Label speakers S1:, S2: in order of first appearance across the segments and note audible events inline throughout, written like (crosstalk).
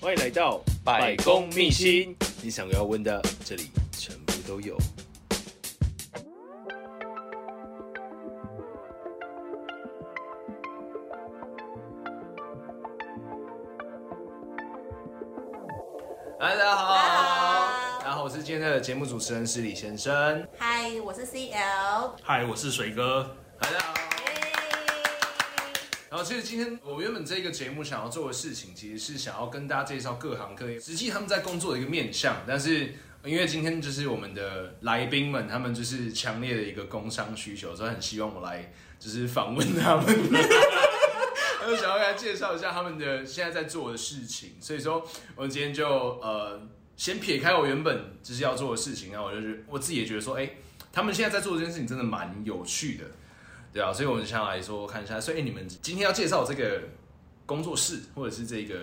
S1: 欢迎来到
S2: 百公秘辛，
S1: 你想要问的，这里全部都有。嗨，大家好，
S3: 大家好
S1: 然后我是今天的节目主持人是李先生。
S3: 嗨，我是 CL。
S4: 嗨，我是水哥。
S1: 大家好。然后其实今天我原本这个节目想要做的事情，其实是想要跟大家介绍各行各业实际他们在工作的一个面向。但是因为今天就是我们的来宾们，他们就是强烈的一个工商需求，所以很希望我来就是访问他们。我就想要来介绍一下他们的现在在做的事情，所以说我今天就呃先撇开我原本就是要做的事情，然后我就觉得我自己也觉得说，哎、他们现在在做这件事情真的蛮有趣的，对啊，所以我们想来说看一下，所以你们今天要介绍这个工作室或者是这个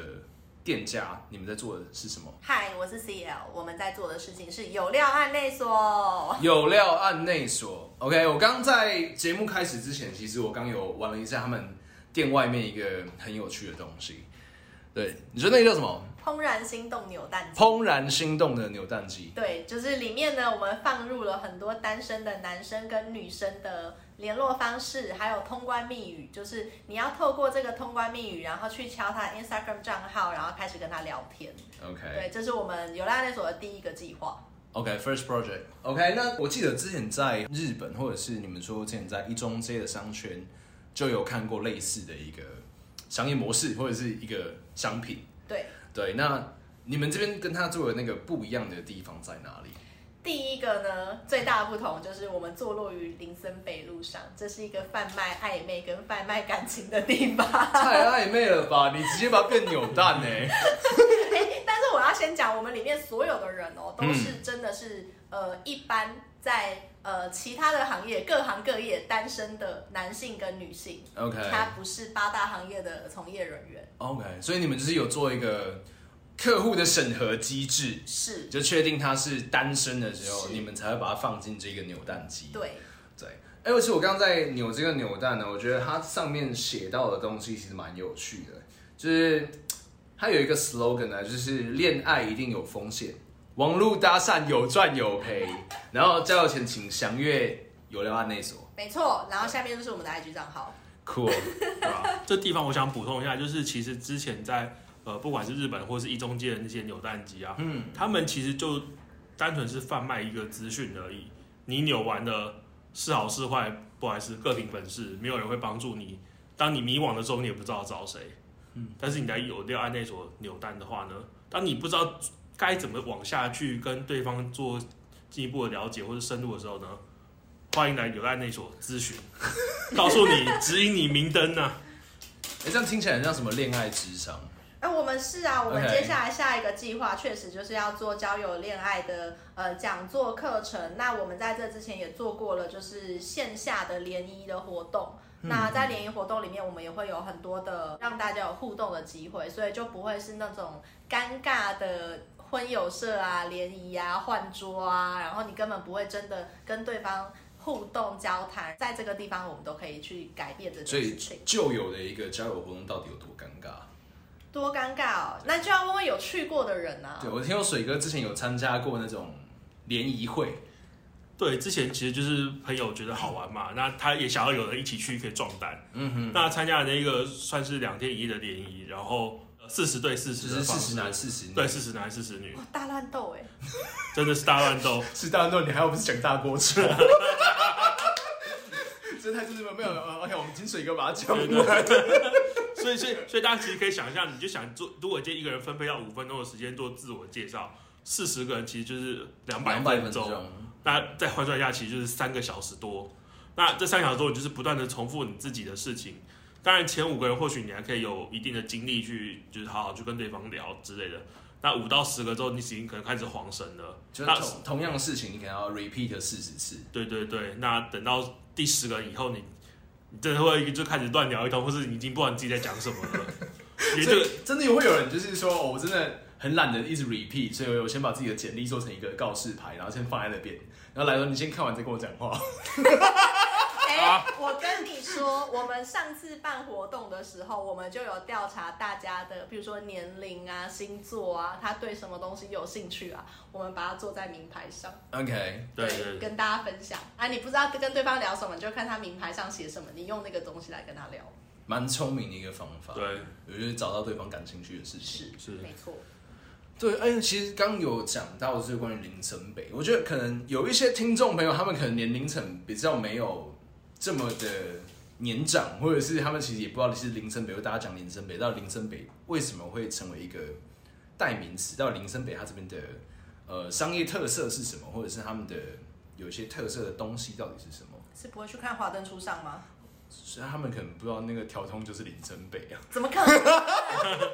S1: 店家，你们在做的是什么？
S3: 嗨，我是 CL。我们在做的事情是有料案内所。
S1: 有料案内所，OK，我刚在节目开始之前，其实我刚有玩了一下他们店外面一个很有趣的东西，对，你说那个叫什么？
S3: 怦然心动扭蛋机。
S1: 怦然心动的扭蛋机，
S3: 对，就是里面呢，我们放入了很多单身的男生跟女生的联络方式，还有通关密语，就是你要透过这个通关密语，然后去敲他的 Instagram 账号，然后开始跟他聊天。
S1: OK
S3: 对，这是我们有料案内所的第一个计划。
S1: OK first project OK，那我记得之前在日本或者是你们说之前在一中街的商圈就有看过类似的一个商业模式或者是一个商品，
S3: 对，
S1: 对，那你们这边跟他做的那个不一样的地方在哪里？
S3: 第一个呢，最大的不同就是我们坐落于林森北路上，这是一个贩卖暧昧跟贩卖感情的地方。
S1: (laughs) 太暧昧了吧！你直接把它变扭蛋呢、欸
S3: 哎但是我要先讲，我们里面所有的人哦，都是真的是、呃，一般在呃其他的行业各行各业单身的男性跟女性，
S1: OK
S3: 他不是八大行业的从业人员，
S1: OK，所以你们就是有做一个客户的审核机制，
S3: 是
S1: 就确定他是单身的时候，
S3: 是
S1: 你们才会把它放进这个扭蛋机。
S3: 对，
S1: 对，哎、而且我刚刚在扭这个扭蛋呢，我觉得它上面写到的东西其实蛮有趣的，就是它有一个 slogan 呢，就是恋爱一定有风险，网络搭讪有赚有赔，然后交友前请详阅有料案内所。
S3: 没错。然后下面就是我们的 IG 账号，
S1: Cool， (laughs)
S4: 对吧？这地方我想补充一下，就是其实之前在呃，不管是日本或是一中街的那些扭蛋机啊，
S1: 嗯，
S4: 他们其实就单纯是贩卖一个资讯而已。你扭完的是好是坏，不管是各凭本事，没有人会帮助你。当你迷惘的时候，你也不知道找谁。嗯，但是你在有料案内所扭蛋的话呢，当你不知道该怎么往下去跟对方做进一步的了解或者深入的时候呢，欢迎来有案内所咨询，告诉你指引你明灯啊呐、
S1: 哎、这样听起来很像什么恋爱智商？
S3: 哎、我们是啊，我们
S1: OK
S3: 接下来下一个计划确实就是要做交友恋爱的呃讲座课程。那我们在这之前也做过了，就是线下的联谊的活动。
S1: 嗯
S3: 那在联谊活动里面，我们也会有很多的让大家有互动的机会，所以就不会是那种尴尬的婚友社啊、联谊啊、换桌啊，然后你根本不会真的跟对方互动交谈。在这个地方，我们都可以去改变这
S1: 所
S3: 件
S1: 以
S3: 事情。
S1: 旧有的一个交友活动到底有多尴尬？
S3: 多尴尬哦！那就要问问有去过的人啊。
S1: 对我听说水哥之前有参加过那种联谊会，
S4: 对，之前其实就是朋友觉得好玩嘛，那他也想要有人一起去可以壮胆。嗯哼，那参加了那个算是两天一夜的联谊，然后呃四十对四
S1: 就
S4: 十
S1: 是
S4: 的方
S1: 四
S4: 式
S1: 十男四十女，
S4: 对四十男四十女
S3: 哇，，大乱斗哎、
S4: 真的是大乱斗。
S1: 是大乱斗，你还要不是讲大锅车？ (laughs) 这太就是没有呃，OK，我们金水哥把它讲完。
S4: 所以，所以，所以大家其实可以想象，你就想做，如果今天一个人分配到五分钟的时间做自我介绍，四十个人其实就是两百分钟。那再换算一下，其实就是三个小时多。那这三个小时多，你就是不断的重复你自己的事情。当然，前五个人或许你还可以有一定的精力去，就是好好去跟对方聊之类的。那五到十个之后，你已经可能开始晃神了。
S1: 就是
S4: 那
S1: 同同样的事情，你可能要 repeat 四十次。
S4: 对对对，那等到第十个以后你，你真的会就开始乱聊一通，或是你已经不知道你自己在讲什么
S1: (laughs)
S4: 了。因为
S1: 所
S4: 这
S1: 以
S4: 个
S1: 真的有会有人就是说，哦，我真的很懒得一直 repeat，所以我先把自己的简历做成一个告示牌，然后先放在那边，然后来说你先看完再跟我讲话。
S3: 哎、
S4: 啊
S3: 哎，我跟你说，我们上次办活动的时候，我们就有调查大家的，比如说年龄啊、星座啊，他对什么东西有兴趣啊，我们把它做在名牌上，哎
S1: OK，
S4: 对对对，
S3: 跟大家分享。啊，你不知道跟对方聊什么，你就看他名牌上写什么，你用那个东西来跟他聊。
S1: 蛮聪明的一个方法。
S4: 对，
S1: 我觉得找到对方感兴趣的事情。
S3: 是
S4: 是
S3: 没错，
S1: 对，哎，其实刚有讲到就是关于凌晨北，我觉得可能有一些听众朋友，他们可能年龄层比较没有这么的年长，或者是他们其实也不知道是凌晨北，或大家讲凌晨北，到底凌晨北为什么会成为一个代名词？到底凌晨北它这边的呃商业特色是什么，或者是他们的有一些特色的东西到底是什么？
S3: 是不会去看《华灯初上》吗？
S1: 所以他们可能不知道那个调通就是凌晨北啊。
S3: 怎么可 (laughs) 能？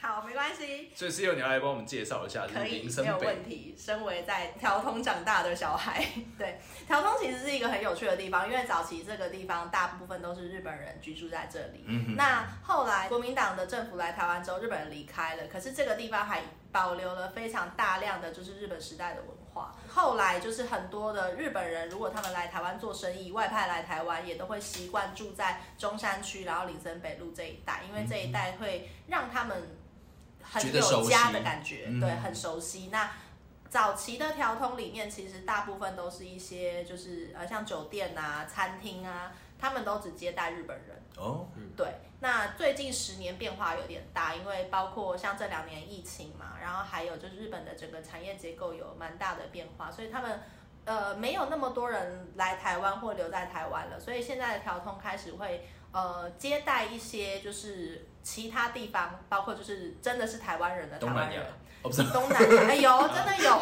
S3: 好，没关系，
S1: 所以室友你要来帮我们介绍一下，就是
S3: 可以
S1: 凌晨
S3: 没有
S1: 北
S3: 问题。身为在调通长大的小孩，对调通其实是一个很有趣的地方，因为早期这个地方大部分都是日本人居住在这里。
S1: 嗯
S3: 那后来国民党的政府来台湾之后，日本人离开了，可是这个地方还保留了非常大量的就是日本时代的文化。后来就是很多的日本人，如果他们来台湾做生意，外派来台湾也都会习惯住在中山区，然后林森北路这一带，因为这一带会让他们很
S1: 嗯觉得熟
S3: 有
S1: 悉
S3: 家的感觉，
S1: 嗯
S3: 对，很熟悉。那早期的调通里面，其实大部分都是一些就是呃像酒店啊、餐厅啊，他们都只接待日本人。
S1: 哦，
S3: 对，那最近十年变化有点大，因为包括像这两年疫情嘛，然后还有就是日本的整个产业结构有蛮大的变化，所以他们呃没有那么多人来台湾或留在台湾了，所以现在的调通开始会呃接待一些就是其他地方，包括就是真的是台湾人的台
S1: 东
S3: 湾
S1: 南亚
S3: 人。
S1: 哦不是，
S3: 东南亚，哎有，真的有，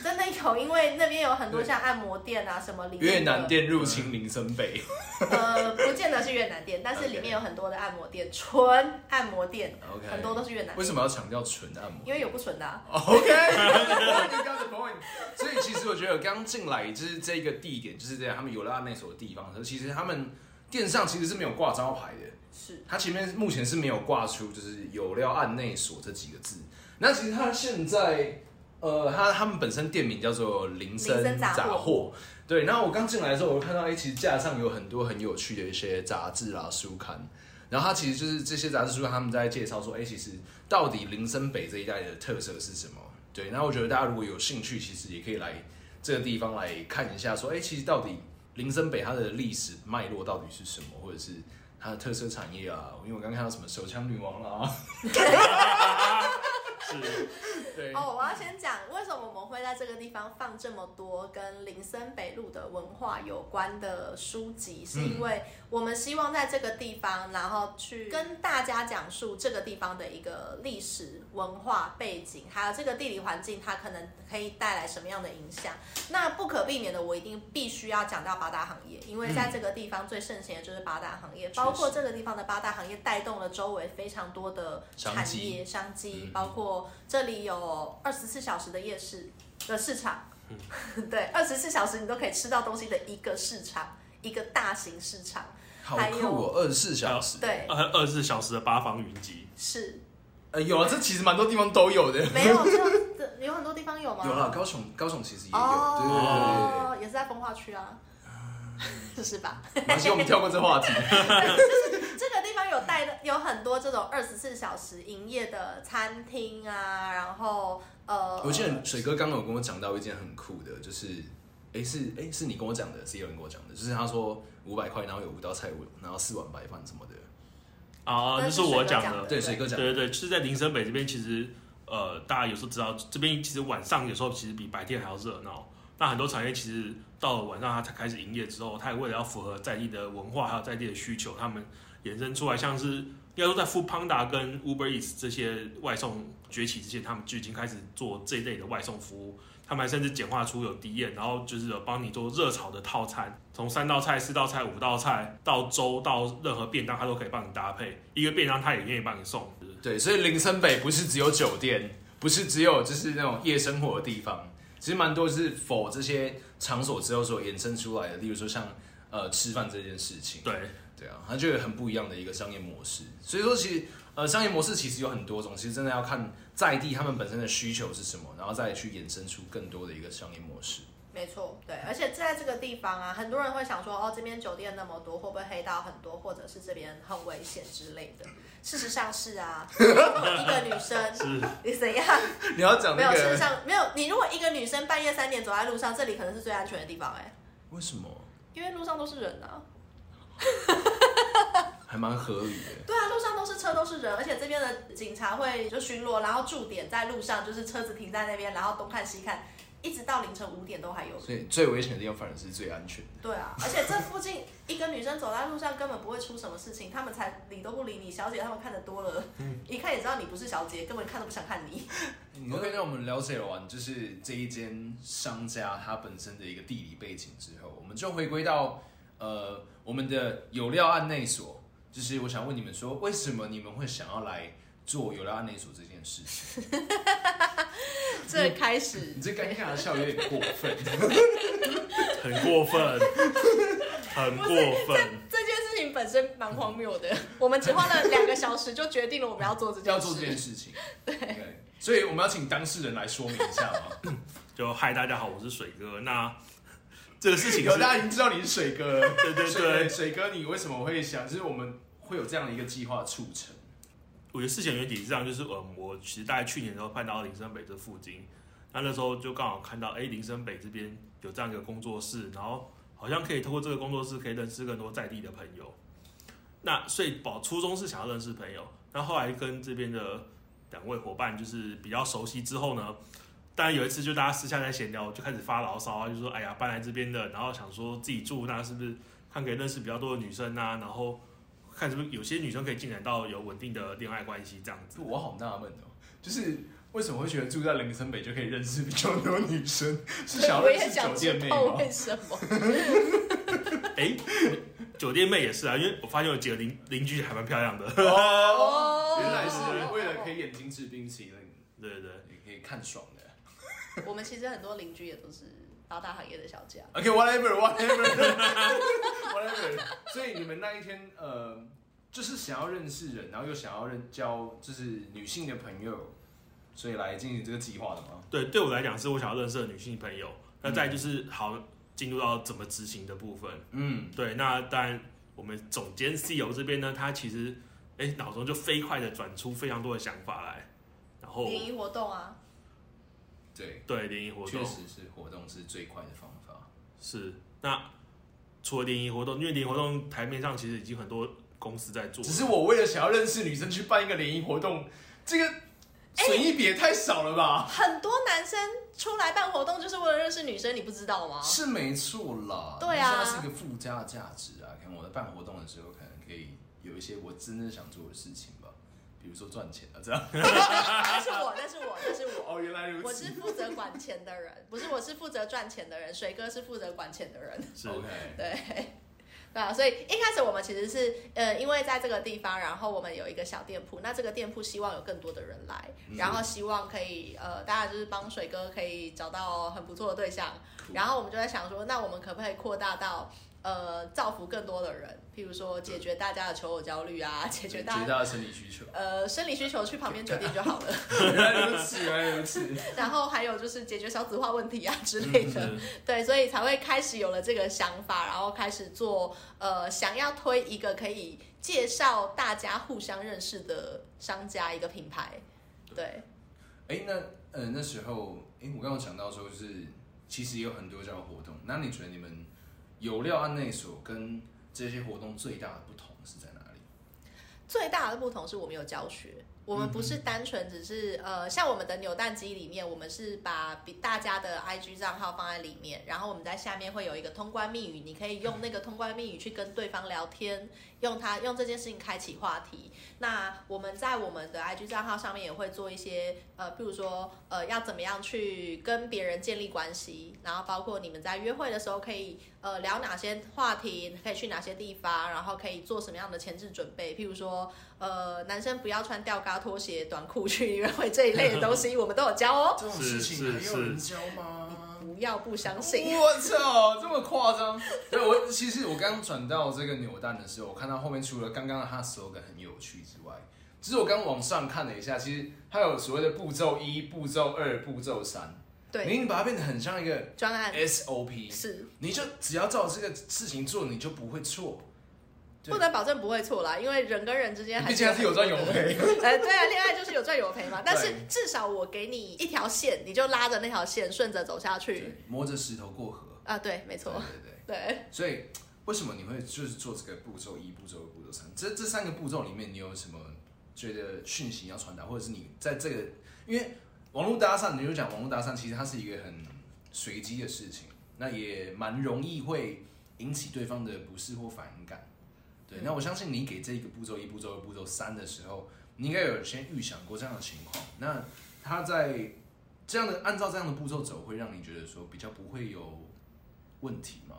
S3: (laughs) 真的有，因为那边有很多像按摩店啊什么里面
S1: 越
S3: 的
S1: 南店入侵林森北，
S3: 呃，不见得是越南店，但是里面有很多的按摩店，纯按摩店
S1: OK
S3: 很多都是越
S1: 为
S3: 南店，
S1: 什么要强调纯按摩
S3: 因为有不纯的啊、
S1: (laughs) ？OK，你刚的 point。所以其实我觉得刚进来就是这个地点，就是在他们有拉那所的地方，其实他们店上其实是没有挂招牌的，
S3: 是
S1: 它前面目前是没有挂出就是有料案内所这几个字。那其实它现在，呃，它他们本身店名叫做林
S3: 林
S1: 森
S3: 森杂货
S1: 杂货。对，然后我刚进来的时候，我看到哎、其实架上有很多很有趣的一些杂志啦、书刊。然后它其实就是这些杂志书刊，他们在介绍说，哎、其实到底林森北这一带的特色是什么？对，那我觉得大家如果有兴趣，其实也可以来这个地方来看一下，说，哎、其实到底林森北它的历史脉络到底是什么，或者是它的特色产业啊？因为我刚看到什么手枪女王啦、
S4: 是
S1: (laughs) 对，
S3: 哦，我要先讲为什么我们会在这个地方放这么多跟林森北路的文化有关的书籍，是因为我们希望在这个地方，然后去跟大家讲述这个地方的一个历史文化背景，还有这个地理环境它可能可以带来什么样的影响。那不可避免的，我一定必须要讲到八大行业，因为在这个地方最盛行的就是八大行业，包括这个地方的八大行业带动了周围非常多的
S1: 商
S3: 产
S1: 机
S3: 业商机
S1: 嗯，
S3: 包括这里有二十四小时的夜市的市场，
S1: 嗯
S3: (laughs) 对，二十四小时你都可以吃到东西的一个市场，一个大型市场，
S1: 好
S3: 还
S1: 酷哦
S3: 有，
S1: 二十四小时。
S3: 对，
S4: 二二十四小时的八方云集，
S3: 是
S1: 呃，有啊，这其实蛮多地方都有的。
S3: 没有就这有很多地方有吗？啊
S1: 有啦，高雄高雄其实也有，对对对对对。嗯
S3: 哦，也是在风化区啊， (laughs) 是吧？
S1: 没关系，我们跳过这
S3: (laughs)
S1: 话题。
S3: 这个地方有带的有很多这种二十四小时营业的餐厅啊，然后呃，
S1: 我记得水哥刚刚有跟我讲到一件很酷的，就是，哎、是哎、诶是你跟我讲的，是有人跟我讲的，就是他说五百块，然后有五道菜，然后四碗白饭什么的。
S4: 啊，
S3: 那
S4: 这
S3: 是
S4: 是我
S3: 水哥
S4: 讲
S3: 讲
S4: 的
S3: 的。
S1: 哦对，水哥
S4: 对
S1: 讲，
S4: 对对，就是在林森北这边，其实呃，大家有时候知道，这边其实晚上有时候其实比白天还要热闹。那很多产业其实到了晚上，它才开始营业之后，它也为了要符合在地的文化还有在地的需求，他们衍生出来，像是应该说在 Food Panda 跟 Uber Eats 这些外送崛起之前，他们就已经开始做这一类的外送服务。他们还甚至简化出有低宴，然后就是有帮你做热炒的套餐，从三道菜、四道菜、五道菜到粥到任何便当，它都可以帮你搭配。一个便当它也愿意帮你送，
S1: 对，所以林森北不是只有酒店，不是只有就是那种夜生活的地方，其实蛮多是否这些场所之后所衍生出来的，例如说像呃吃饭这件事情，
S4: 对，
S1: 对啊，它就有很不一样的一个商业模式。所以说，其实呃商业模式其实有很多种，其实真的要看在地他们本身的需求是什么，然后再去衍生出更多的一个商业模式。
S3: 没错，对，而且在这个地方啊，很多人会想说，哦，这边酒店那么多，会不会黑到很多，或者是这边很危险之类的？事实上是 (laughs) 啊，一个女生
S4: 是
S3: 你怎样？
S1: 你要讲
S3: 没
S1: 那
S3: 有，事实
S1: 个
S3: 上没有。你如果一个女生半夜三点走在路上，这里可能是最安全的地方哎、
S1: 为什么
S3: 因为路上都是人啊。
S1: 还蛮合理的。
S3: 对啊，路上都是车，都是人，而且这边的警察会就巡逻，然后驻点在路上，就是车子停在那边，然后东看西看，一直到凌晨五点都还有人。
S1: 所以最危险的地方反而是最安全。
S3: 对啊，而且这附近一个女生走在路上根本不会出什么事情，他们才理都不理你。小姐他们看得多了，
S1: 嗯
S3: 一看也知道你不是小姐，根本看都不想看你。
S1: 你 OK，那我嗯们了解完就是这一间商家它本身的一个地理背景之后，我们就回归到呃我们的有料案内所，就是我想问你们说，为什么你们会想要来做有料案内所这件事情？
S3: 这开始
S1: 你这尴尬的笑有点过分。 (laughs)
S4: 很过分，很过分。
S3: 这件事情本身蛮荒谬的， (laughs) 我们只花了两个小时就决定了我们要做这件事。
S1: 要做这件事情。对，所以我们要请当事人来说明一下嘛。
S4: 就嗨，大家好，我是水哥。那这个事情
S1: 有
S4: 是
S1: 大家已经知道你是水哥了，
S4: 对对对
S1: 水水哥，你为什么会想，就是我们会有这样的一个计划促成？
S4: 我觉得事情的原底是这样，就是嗯，我其实大概去年的时候看到林森北这附近，那那时候就刚好看到，哎、林森北这边有这样一个工作室，然后好像可以透过这个工作室可以认识更多在地的朋友。那所以保初衷是想要认识朋友，那后来跟这边的两位伙伴就是比较熟悉之后呢，当然有一次就大家私下在闲聊，就开始发牢骚啊，就说哎呀搬来这边的，然后想说自己住那是不是看可以认识比较多的女生啊，然后看是不是有些女生可以进展到有稳定的恋爱关系这样子。
S1: 我好纳闷哦，就是为什么会觉得住在林森北就可以认识比较多女生？是想要
S3: 我
S1: 认
S3: 也
S1: 识酒
S3: 想知
S1: 店妹
S3: 道
S1: 吗？
S3: 为什么。
S4: 哎、酒店妹也是啊，因为我发现有几个邻邻居还蛮漂亮
S1: (laughs)
S4: 的。(laughs)
S1: 哦，
S3: 哦
S1: 原来是为了可以眼睛治冰淇淋，
S4: 对对对，
S1: 也可以看爽的。
S3: (laughs) 我们其实很多邻居也都是八大行业的小姐啊。
S1: (laughs) OK，whatever，whatever，whatever、所 (laughs) 以你们那一天，呃，就是想要认识人，然后又想要认交，就是女性的朋友，所以来进行这个计划的吗？
S4: 对，对我来讲是我想要认识的女性朋友。那再来就是好进入到怎么执行的部分。
S1: 嗯，
S4: 对，那当然我们总监 CEO 这边呢，他其实哎脑中就飞快的转出非常多的想法来，然
S1: 哦
S4: 后
S3: 联谊活动啊，
S1: 对，
S4: 对联谊活
S1: 确
S4: 动
S1: 实是活动是最快的方法。
S4: 是那除了联谊活动，因为联谊活动台面上其实已经很多公司在做了，
S1: 只是我为了想要认识女生去办一个联谊活动，这个
S3: 哎
S1: 损益比也太少了吧？
S3: 很多男生出来办活动就是为了认识女生，你不知
S1: (laughs)
S3: 道吗？
S1: 是没错啦，
S3: 对啊
S1: 但是它是一个附加的价值啊。可能我在办活动的时候，可能可以有一些我真正想做的事情吧，比如说赚钱啊这样。
S3: 那是我，那是我，那是
S1: (laughs)
S3: 我。
S1: 哦，原来如此。
S3: 我是负责管钱的人，不是我是负责赚钱的人，水哥是负责管钱的人。
S4: 是
S1: OK，
S3: 对。对啊，所以一开始我们其实是，呃，因为在这个地方，然后我们有一个小店铺，那这个店铺希望有更多的人来，然后希望可以，呃，当然就是帮水哥可以找到很不错的对象，然后我们就在想说，那我们可不可以扩大到，呃，造福更多的人，譬如说解决大家的求偶焦虑啊，解决大
S1: 绝
S3: 家。
S1: 大的生理需求 (laughs)
S3: 呃生理需求，去旁边酒店就好了，
S1: 原来如此， (laughs) 原来如此。
S3: 然后还有就是解决少子化问题啊之类的，
S4: 是
S3: 对，所以才会开始有了这个想法，然后开始做呃，想要推一个可以介绍大家互相认识的商家一个品牌。对，
S1: 哎，那呃那时候，哎，我刚刚讲到说，就是其实也有很多这样的活动。那你觉得你们有料案内所跟这些活动最大的不同是在哪里？
S3: 最大的不同是我们有教学，我们不是单纯只是呃，像我们的扭蛋机里面，我们是把比大家的 IG 账号放在里面，然后我们在下面会有一个通关密语，你可以用那个通关密语去跟对方聊天，用它用这件事情开启话题。那我们在我们的 IG 账号上面也会做一些呃，譬如说呃，要怎么样去跟别人建立关系，然后包括你们在约会的时候可以呃聊哪些话题，可以去哪些地方，然后可以做什么样的前置准备，譬如说呃，男生不要穿吊嘎拖鞋、短裤去约会这一类的东西，我们都有
S1: (laughs)
S3: 教哦。
S1: 这种
S4: 是
S1: 事情
S4: 是
S1: 还有
S4: 是
S1: 人教吗？
S3: 不要不相信，
S1: 我操，这么夸张！对我其实我刚转到这个扭蛋的时候，我看到后面除了刚刚的他 slogan 很有趣之外，其实我刚往上看了一下，其实它有所谓的步骤一、步骤二、步骤三。你已
S3: 对，呃
S1: 经把它变得很像一个
S3: 专案
S1: SOP，
S3: 是
S1: 你就只要照这个事情做，你就不会错。对
S3: 不能保证不会错啦，因为人跟人之间还
S1: 毕竟还是有赚有
S3: 很多的
S1: 赔。
S3: 哎，对啊，恋爱就是有赚有赔嘛。但是
S1: 对
S3: 至少我给你一条线，你就拉着那条线顺着走下去。
S1: 对，摸着石头过河。
S3: 啊，对，没错，
S1: 对对
S3: (laughs) 对。
S1: 对，所以为什么你会就是做这个步骤一、步骤二、步骤三？这这三个步骤里面，你有什么觉得讯息要传达，或者是你在这个因为网络搭讪，你就讲网络搭讪，其实它是一个很随机的事情，那也蛮容易会引起对方的不适或反感。对，那我相信你给这个步骤一、步骤二、步骤三的时候，你应该有先预想过这样的情况。那他在这样的按照这样的步骤走，会让你觉得说比较不会有问题吗？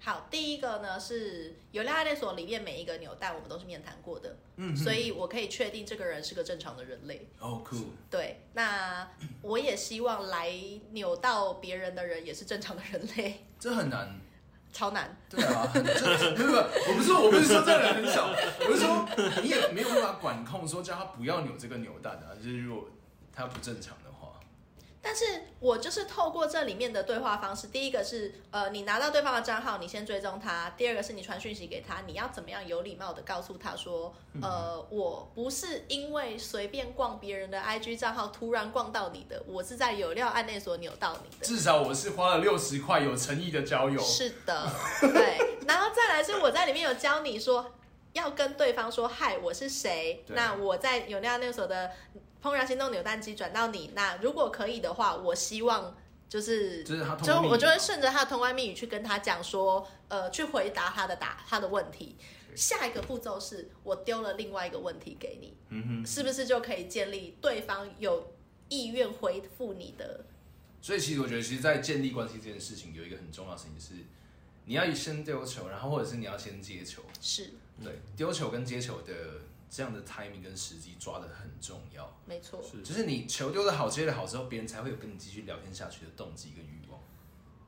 S3: 好，第一个呢是有恋爱类所里面每一个纽带我们都是面谈过的，嗯，所以我可以确定这个人是个正常的人类。
S1: 哦、酷，
S3: 对，那我也希望来扭到别人的人也是正常的人类， (laughs)
S1: 这很难。
S3: 超难。
S1: 对啊，很这没有没有，我不是我不是说这个人很小，我是说你也没有办法管控，说叫他不要扭这个扭蛋啊，就是如果他不正常的话，
S3: 但是我就是透过这里面的对话方式，第一个是呃，你拿到对方的账号，你先追踪他；第二个是你传讯息给他，你要怎么样有礼貌的告诉他说，
S1: 嗯
S3: 呃，我不是因为随便逛别人的 IG 账号突然逛到你的，我是在有料案内所扭到你的。
S1: 至少我是花了六十块有诚意的交友，
S3: 是
S1: (laughs)
S3: 的，对。然后再来是我在里面有教你说要跟对方说嗨，我是谁。
S1: 对
S3: 那我在有料那所的怦然心动扭蛋机转到你。那如果可以的话，我希望就是。
S1: 就是他通
S3: 就
S1: 过密
S3: 我就会顺着他的通关密语去跟他讲说，呃，去回答他的答他的问题。下一个步骤是我丢了另外一个问题给你，
S1: 嗯哼，
S3: 是不是就可以建立对方有意愿回复你的？
S1: 所以其实我觉得，其实，在建立关系这件事情，有一个很重要的事情就是，你要先丢球，然后或者是你要先接球，
S3: 是，
S1: 对，丢球跟接球的这样的 timing 跟时机抓的很重要。
S3: 没错。
S4: 是
S1: 就是你球丢的好，接的好之后，别人才会有跟你继续聊天下去的动机跟欲 (laughs) 望。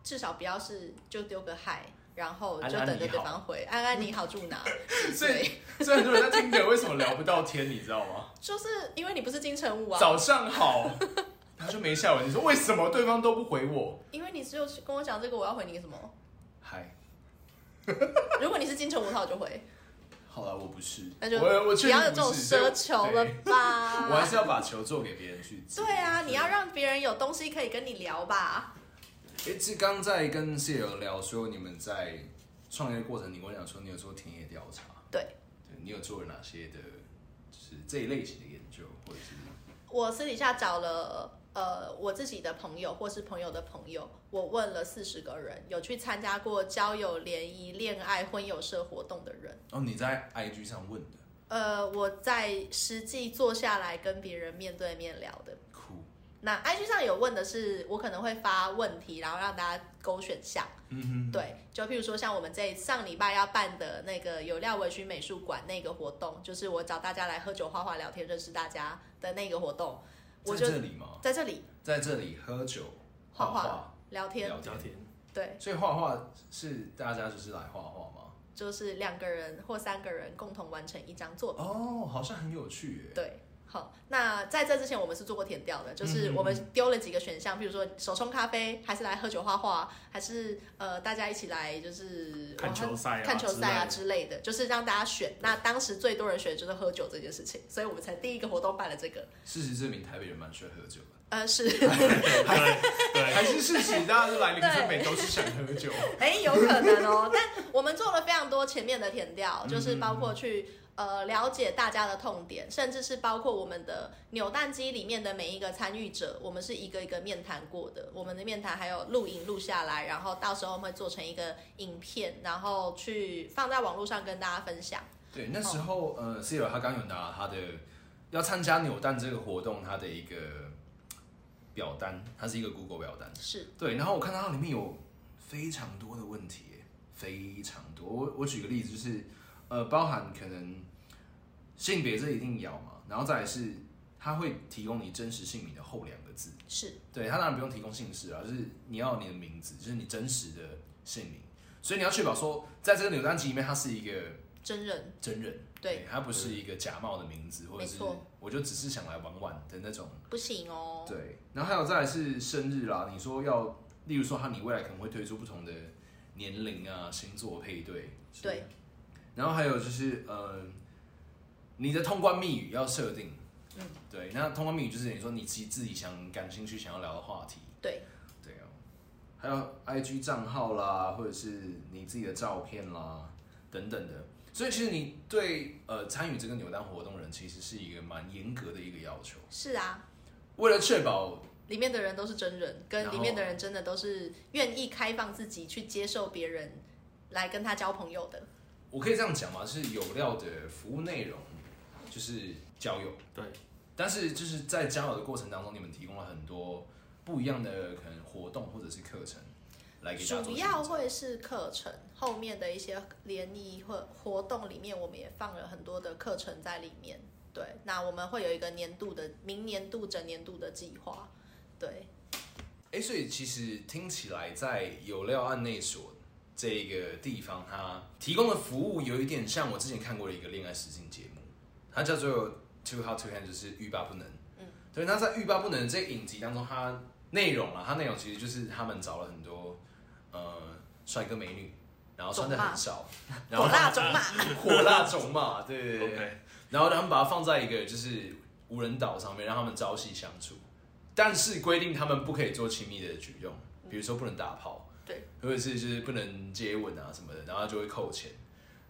S3: 至少不要是就丢个嗨，然后
S1: 安
S3: 就
S1: 安
S3: 等着
S1: 你
S3: 对
S1: 好
S3: 方回。安安你好住哪？
S1: 所以，
S3: 对，
S1: 所以很多人在听的为什么聊不到天，你知道吗？
S3: 就是因为你不是金城武啊，
S1: 早上好，他就没下文。你说为什么对方都不回我？
S3: 因为你只有跟我讲这个，我要回你什么？
S1: 嗨，
S3: 如果你是金城武的话，我就回，
S1: 好了，我不是，
S3: 那就
S1: 我我
S3: 不
S1: 确定
S3: 要有
S1: 不
S3: 这种
S1: 是所以
S3: 奢
S1: 我
S3: 求了
S1: 对 (laughs) 我还
S3: 吧。
S1: 是要把球做给别人去接。
S3: 对啊，你要让别人有东西可以跟你聊吧。
S1: 诶，这刚在跟室友聊说，你们在创业过程，你跟我讲说你有做田野调查，
S3: 对
S1: 对，你有做了哪些的，就是这一类型的研究，或者是
S3: 我私底下找了呃我自己的朋友或是朋友的朋友，我问了四十个人，有去参加过交友、联谊、恋爱、婚友社活动的人。
S1: 哦你在 IG 上问的，
S3: 呃，我在实际坐下来跟别人面对面聊的。
S1: 酷，
S3: 那 IG 上有问的是，我可能会发问题，然后让大家勾选项。
S1: 嗯
S3: 对，就譬如说像我们这上礼拜要办的那个有料微醺美术馆那个活动，就是我找大家来喝酒、画画、聊天、认识大家的那个活动，我
S1: 在
S3: 就
S1: 这里吗？
S3: 在这里
S1: 在这里喝酒、
S3: 画
S1: 画、
S3: 聊天。
S1: 聊
S4: 聊天，
S3: 对，
S1: 所以画画是大家就是来画画吗？
S3: 就是两个人或三个人共同完成一张作品。
S1: 哦，好像很有趣耶。
S3: 对，好，那在这之前我们是做过填调的，
S4: 嗯
S3: 就是我们丢了几个选项，比如说手冲咖啡，还是来喝酒画画，还是呃大家一起来就是呃
S4: 看球赛啊
S3: 看球赛啊
S4: 之
S3: 之类的，就是让大家选。那当时最多人选的就是喝酒这件事情，所以我们才第一个活动办了这个。
S1: 事实证明，台北人蛮喜欢喝酒的，
S3: 呃，是，
S4: 对对，
S1: 还是事实大家都来林森北都是想喝
S3: (laughs)
S1: 酒。
S3: 哎、有可能哦。但我们做了非常多前面的填调，就是包括去呃了解大家的痛点，甚至是包括我们的扭蛋机里面的每一个参与者，我们是一个一个面谈过的。我们的面谈还有录影录下来，然后到时候我们会做成一个影片，然后去放在网络上跟大家分享。
S1: 对，那
S3: 哦
S1: 时候呃 c i r 他刚有拿他的要参加扭蛋这个活动，他的一个表单，它是一个 Google 表单。
S3: 是
S1: 对，然后我看到它里面有非常多的问题耶，非常多。我我举个例子，就是呃，包含可能性别这一定要嘛，然后再来是它会提供你真实姓名的后两个字，
S3: 是，
S1: 对，它当然不用提供姓氏啊，就是你要你的名字，就是你真实的姓名，所以你要确保说，在这个扭蛋机里面，它是一个
S3: 真人，
S1: 真人，
S3: 对，
S1: 它不是一个假冒的名字，或者
S3: 没
S1: 是
S3: 错
S1: 我就只是想来玩玩的那种。
S3: 不行哦。
S1: 对，然后还有再来是生日啦，你说要，例如说它你未来可能会推出不同的年龄啊、星座配对，
S3: 对，
S1: 然后还有就是呃，你的通关密语要设定，
S3: 嗯
S1: 对，那通关密语就是你说你自己自己想感兴趣想要聊的话题，
S3: 对，
S1: 对哦，还有 IG 账号啦，或者是你自己的照片啦等等的。所以其实你对呃参与这个扭蛋活动的人，其实是一个蛮严格的一个要求，
S3: 是啊，
S1: 为了确保
S3: 里面的人都是真人，跟
S1: 然后
S3: 里面的人真的都是愿意开放自己去接受别人来跟他交朋友的。
S1: 我可以这样讲嘛，就是有料的服务内容就是交友，
S4: 对，
S1: 但是就是在交友的过程当中，你们提供了很多不一样的可能活动或者是课程来给大家做
S3: 主
S1: 选择
S3: 要会是课程后面的一些联谊或活动里面，我们也放了很多的课程在里面。对，那我们会有一个年度的明年度整年度的计划。对，
S1: 哎、所以其实听起来，在有料案内所这个地方，它提供的服务有一点像我之前看过的一个恋爱实境节目，它叫做 Too Hot to Handle，就是欲罢不能。
S3: 嗯，
S1: 对。那在欲罢不能这影集当中，它内容啊，它内容其实就是他们找了很多呃帅哥美女，然后穿的很少，然后
S3: 火辣种马。
S1: 火辣种嘛，对对对。
S4: OK，
S1: 然后他们把它放在一个就是无人岛上面，让他们朝夕相处，但是规定他们不可以做亲密的举动，比如说不能打炮，
S3: 对，
S1: 或者是就是不能接吻啊什么的，然后就会扣钱。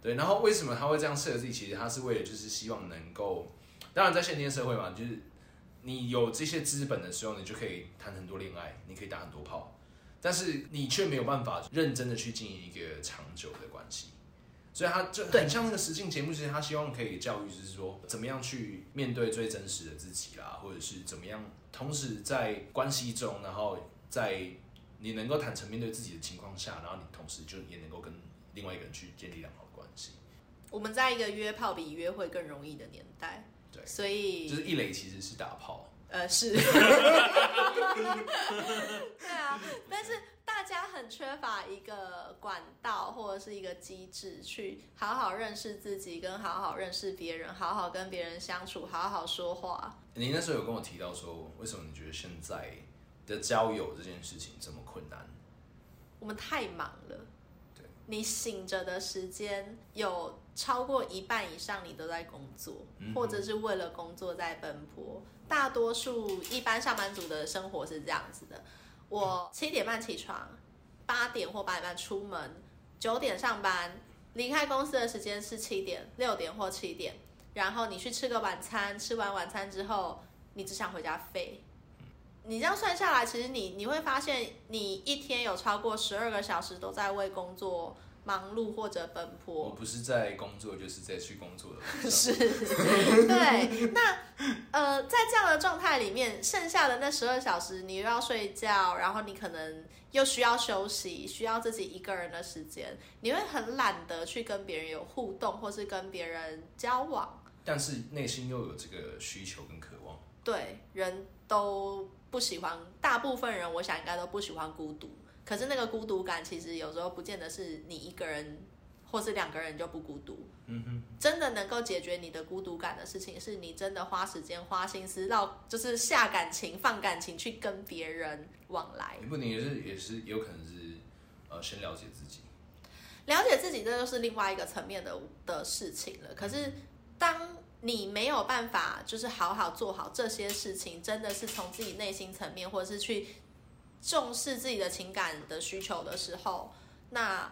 S1: 对，然后为什么他会这样设计？其实他是为了就是希望能够，当然在现今社会嘛，就是你有这些资本的时候，你就可以谈很多恋爱，你可以打很多炮，但是你却没有办法认真的去经营一个长久的关系。所以他就很像那个实境节目，其实他希望可以教育，就是说怎么样去面对最真实的自己啦，或者是怎么样，同时在关系中，然后在你能够坦诚面对自己的情况下，然后你同时就也能够跟另外一个人去建立良好的关系，
S3: 我们在一个约炮比约会更容易的年代，
S1: 对
S3: 所
S1: 就是
S3: 以
S1: 一垒其实是打炮，
S3: 呃是， (laughs) 对啊，但是大家很缺乏一个管道或者是一个机制去好好认识自己，跟好好认识别人，好好跟别人相处，好好说话。
S1: 你那时候有跟我提到说，为什么你觉得现在的交友这件事情这么困难？
S3: 我们太忙了
S1: 对，
S3: 你醒着的时间有超过一半以上，你都在工作，
S1: 嗯哼
S3: 或者是为了工作在奔波。大多数一般上班族的生活是这样子的：我七点半起床，八点或八点半出门，九点上班，离开公司的时间是七点、六点或七点。然后你去吃个晚餐，吃完晚餐之后，你只想回家飞。你这样算下来，其实你你会发现，你一天有超过十二个小时都在为工作忙碌或者奔波
S1: 我。不是在工作，就是在去工作的路上。
S3: (laughs) 是，对。那呃，在这样的状态里面，剩下的那十二小时，你又要睡觉，然后你可能又需要休息，需要自己一个人的时间，你会很懒得去跟别人有互动，或是跟别人交往。
S1: 但是内心又有这个需求跟渴望。
S3: 对，人都不喜欢，大部分人我想应该都不喜欢孤独。可是那个孤独感，其实有时候不见得是你一个人或是两个人就不孤独。
S1: 嗯哼。
S3: 真的能够解决你的孤独感的事情，是你真的花时间、花心思，到就是下感情、放感情去跟别人往来，
S1: 也不仅也是也是也有可能是呃先了解自己，
S3: 了解自己，这就是另外一个层面的的事情了。可是，当你没有办法就是好好做好这些事情，真的是从自己内心层面，或者是去重视自己的情感的需求的时候，那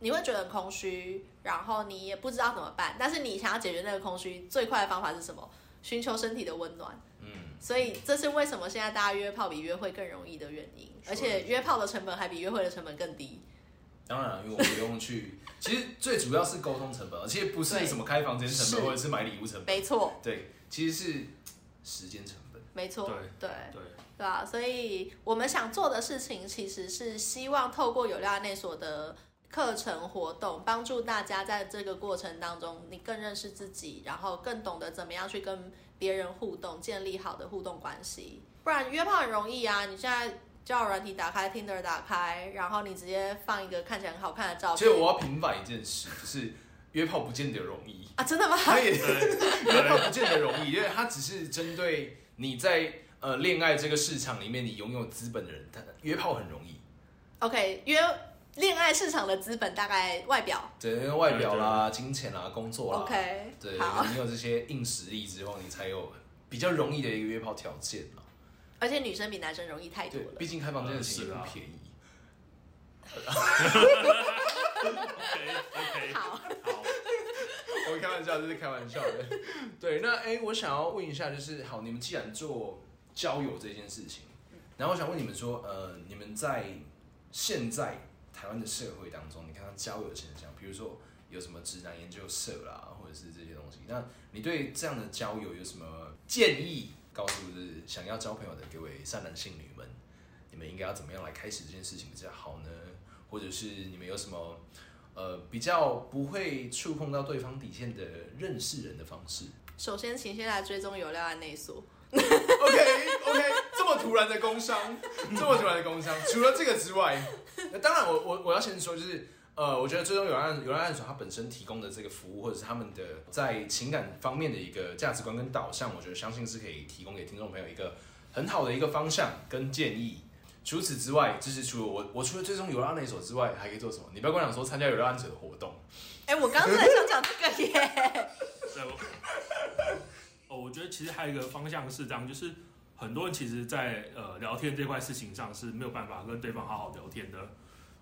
S3: 你会觉得很空虚，然后你也不知道怎么办。但是你想要解决那个空虚，最快的方法是什么？寻求身体的温暖。
S1: 嗯，
S3: 所以这是为什么现在大家约炮比约会更容易的原因，而且约炮的成本还比约会的成本更低。
S1: 当然啊因为我不用
S3: (laughs)
S1: 去，其实最主要是沟通成本，其实不是
S3: 对
S1: 什么开房间成
S3: 是
S1: 本或者是买礼物成本，
S3: 没错，
S1: 对，其实是时间成本。
S3: 没错，对
S4: 对，
S3: 对吧、所以我们想做的事情，其实是希望透过有料内所的课程活动，帮助大家在这个过程当中，你更认识自己，然后更懂得怎么样去跟别人互动，建立好的互动关系。不然约炮很容易啊，你现在。交友软体打开，Tinder 打开，然后你直接放一个看起来很好看的照片。
S1: 其实我要平反一件事，就是约炮不见得容
S3: (laughs)
S1: 易，
S3: 啊，真的吗？
S1: 所以 (laughs)
S4: 对，
S1: 约炮不见得容易，因为它只是针对你在呃恋爱这个市场里面你拥有资本的人，他约炮很容易，
S3: OK，约恋爱市场的资本大概外表
S1: 整外表啦、金钱啦、工作啦
S3: OK，
S1: 对，
S3: 好，
S1: 你有这些硬实力之后，你才有比较容易的一个约炮条件啦。
S3: 而且女生比男生容易太多
S1: 对，
S3: 了
S1: 毕。竟开房间的钱也
S4: 是啊
S1: 不便宜。
S4: OK，
S3: 好，
S4: 好，
S1: (laughs) 我开玩笑，这是开玩笑的。对，那哎、我想要问一下，就是好，你们既然做交友这件事情，然后我想问你们说，呃，你们在现在台湾的社会当中，你看到交友现象，比如说有什么直男研究社啦，或者是这些东西，那你对这样的交友有什么建议？告诉就是想要交朋友的各位善男信女们，你们应该要怎么样来开始这件事情比较好呢？或者是你们有什么呃比较不会触碰到对方底线的认识人的方 (laughs) 式。
S3: 首先请先来追踪有料案内所，
S1: OK OK，这么突然的工伤，这么突然的工伤。除了这个之外，那当然我我我要先说就是。呃，我觉得最终有案有案所它本身提供的这个服务，或者是他们的在情感方面的一个价值观跟导向，我觉得相信是可以提供给听众朋友一个很好的一个方向跟建议。除此之外，就是除了我我除了最终有案那一所之外，还可以做什么？你不要跟我讲说参加有案所的活动，
S3: 哎、我刚刚在想讲这个耶。 (laughs)
S4: 对，我哦，我觉得其实还有一个方向是这样，就是很多人其实在，呃聊天这块事情上是没有办法跟对方好好聊天的。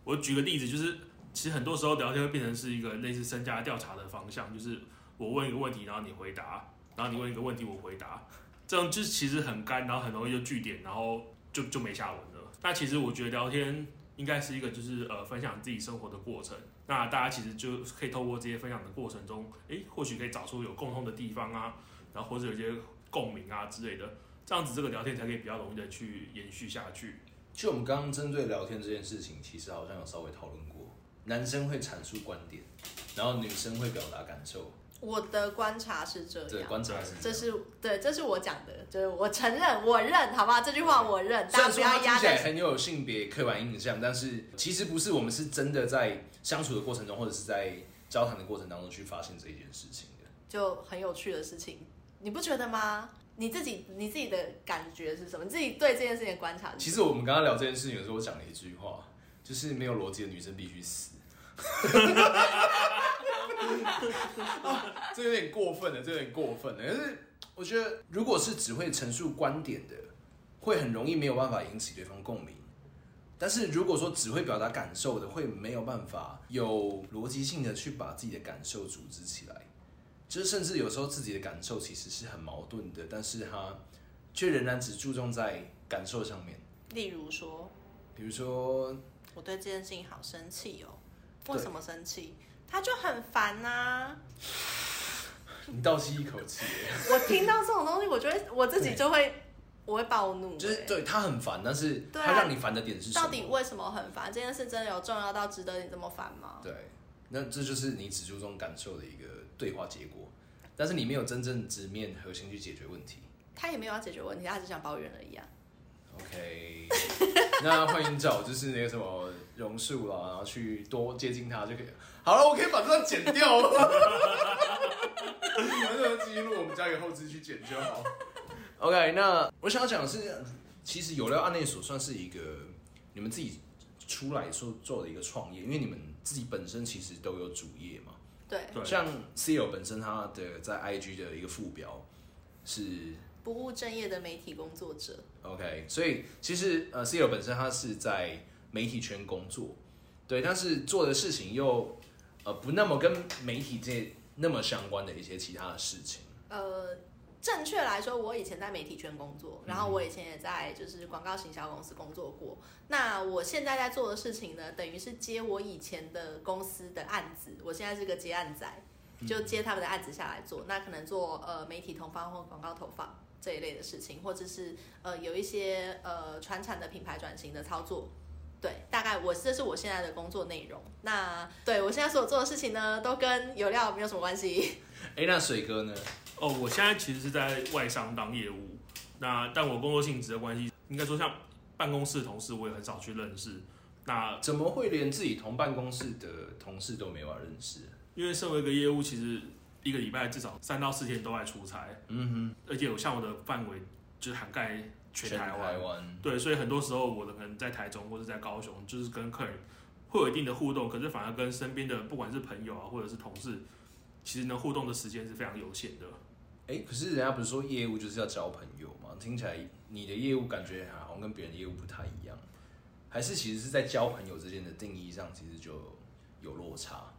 S4: 我举个例子，就是其实很多时候聊天会变成是一个类似身家调查的方向，就是我问一个问题，然后你回答，然后你问一个问题，我回答，这样就是其实很干，然后很容易就据点，然后就就没下文了。那其实我觉得聊天应该是一个就是呃分享自己生活的过程。那大家其实就可以透过这些分享的过程中，诶，或许可以找出有共通的地方啊，然后或者有一些共鸣啊之类的，这样子这个聊天才可以比较容易的去延续下去。
S1: 就我们刚刚针对聊天这件事情，其实好像有稍微讨论过，男生会阐述观点，然后女生会表达感受，
S3: 我的观察是这
S1: 对，
S3: 样，
S1: 观察啊是
S3: 啊这
S1: 样。
S3: 是对，这是我讲的，就是我承认，我认，好不好？这句话我认，
S1: 虽
S3: 大家
S1: 然
S3: 不
S1: 说
S3: 要
S1: 它听
S3: 压
S1: 起来
S3: 在。
S1: 很有性别刻板印象，但是其实不是，我们是真的在相处的过程中，或者是在交谈的过程当中去发现这一件事情的。
S3: 就很有趣的事情，你不觉得吗？你自己你自己的感觉是什么？你自己对这件事情的观察
S1: 其
S3: 是什么？
S1: 实我们刚刚聊这件事情的时候，我讲了一句话，就是没有逻辑的女生必须死。 (laughs) 啊这有点过分了，这有点过分了。但是我觉得，如果是只会陈述观点的，会很容易没有办法引起对方共鸣。但是如果说只会表达感受的，会没有办法有逻辑性的去把自己的感受组织起来。就是甚至有时候自己的感受其实是很矛盾的，但是他却仍然只注重在感受上面。
S3: 例如说，
S1: 比如说，
S3: 我对这件事情好生气哦，
S1: 对
S3: 为什么生气？他就很烦啊呐、
S1: 你倒吸一口气耶，
S3: (laughs) 我听到这种东西，我就会我自己就会我会暴怒、
S1: 就是
S3: 欸
S1: 对他很烦，但是
S3: 对啊
S1: 他让你烦的点是什么？
S3: 到底为什么很烦？这件事真的有重要到值得你这么烦吗？
S1: 对，那这就是你只注重感受的一个对话结果，但是你没有真正直面核心去解决问题。
S3: 他也没有要解决问题，他只想抱怨而已啊。
S1: OK，那欢迎找就是那个什么榕树啦，然后去多接近他就可以。好了，我可以把这段剪掉了。你们这个记录，我们交给后置去剪就好。OK，那我想要讲的是，其实有料案内所算是一个你们自己出来说做的一个创业，因为你们自己本身其实都有主业嘛。
S3: 对，
S4: 对，
S1: 像 C l 本身他的在 IG 的一个副标是
S3: 不务正业的媒体工作者，
S1: OK，所以其实呃，C l 本身他是在媒体圈工作，对，但是做的事情又呃不那么跟媒体界那么相关的一些其他的事情。
S3: 呃，正确来说，我以前在媒体圈工作，然后我以前也在就是广告行销公司工作过。那我现在在做的事情呢，等于是接我以前的公司的案子，我现在是个接案仔，就接他们的案子下来做。那可能做呃媒体投放或广告投放这一类的事情，或者是呃有一些呃传产的品牌转型的操作。对，大概我这是我现在的工作内容。那对我现在所做的事情呢，都跟有料没有什么关系。
S1: 哎，那水哥呢？
S4: 哦，我现在其实是在外商当业务，那但我工作性质的关系，应该说像办公室的同事，我也很少去认识。那
S1: 怎么会连自己同办公室的同事都没法认识？
S4: 因为身为一个业务，其实一个礼拜至少三到四天都在出差，
S1: 嗯哼，
S4: 而且我像我的范围就是涵盖全台湾，
S1: 湾，
S4: 对，所以很多时候我的可能在台中或者在高雄，就是跟客人会有一定的互动，可是反而跟身边的不管是朋友啊或者是同事，其实能互动的时间是非常有限的。
S1: 哎，可是人家不是说业务就是要交朋友吗？听起来你的业务感觉好像跟别人的业务不太一样，还是其实是在交朋友之间的定义上，其实就有落差。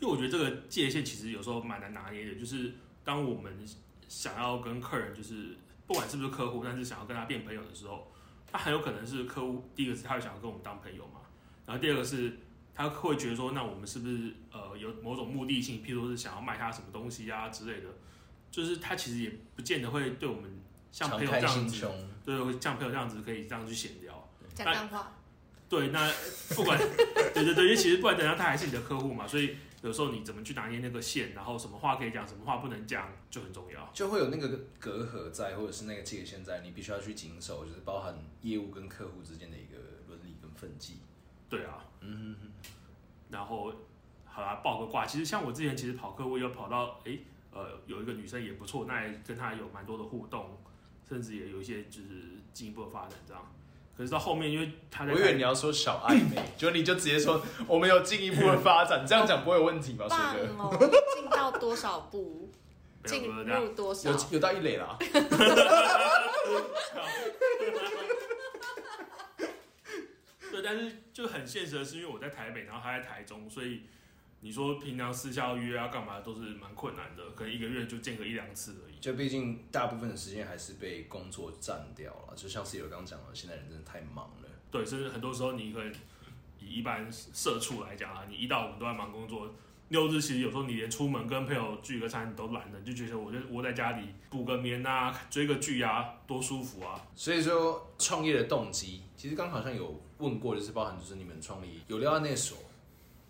S4: 因为我觉得这个界限其实有时候蛮难拿捏的，就是当我们想要跟客人，就是不管是不是客户，但是想要跟他变朋友的时候，他很有可能是客户。第一个是他会想要跟我们当朋友嘛，然后第二个是他会觉得说，那我们是不是呃有某种目的性，譬如说是想要卖他什么东西啊之类的，就是他其实也不见得会对我们像
S1: 敞
S4: 朋友这
S1: 开
S4: 样
S1: 心
S4: 子，
S1: 胸，
S4: 对，像朋友这样子可以这样去闲聊。
S5: 讲脏话。
S4: 对，那不管对对对，因为其实不管怎样，他还是你的客户嘛，所以有时候你怎么去拿捏那个线，然后什么话可以讲，什么话不能讲，就很重要。
S1: 就会有那个隔阂在，或者是那个界限在，你必须要去谨守，就是包含业务跟客户之间的一个伦理跟分际。
S4: 对啊，嗯然后好啦，报个卦。其实像我之前其实跑客户，又跑到诶，呃，有一个女生也不错，那也跟她有蛮多的互动，甚至也有一些就是进一步的发展这样。可是到后面，因为她
S1: 我
S4: 在
S1: 以为你要说小暧昧， (laughs) 就你就直接说我们有进一步的发展，这样讲不会有问题吧，水
S3: 棒
S1: 哥？ (laughs)
S3: 哦，进到多少步，
S4: 没
S3: 进
S4: 有这样
S3: 入多少
S1: 有，有到一垒啦，
S4: 对，但是就很现实的是，因为我在台北，然后他在台中，所以你说平常私下要约啊干嘛都是蛮困难的，可能一个月就见个一两次而已。
S1: 就毕竟大部分的时间还是被工作占掉了，就像是有刚刚讲的，现在人真的太忙了。
S4: 对，甚至很多时候你可能以一般社畜来讲啊，你一到五都在忙工作，六日其实有时候你连出门跟朋友聚个餐你都懒得，你就觉得我就窝在家里补个眠啊，追个剧啊，多舒服啊。
S1: 所以说创业的动机，其实刚好像有问过，就是包含就是你们创立有料案内所，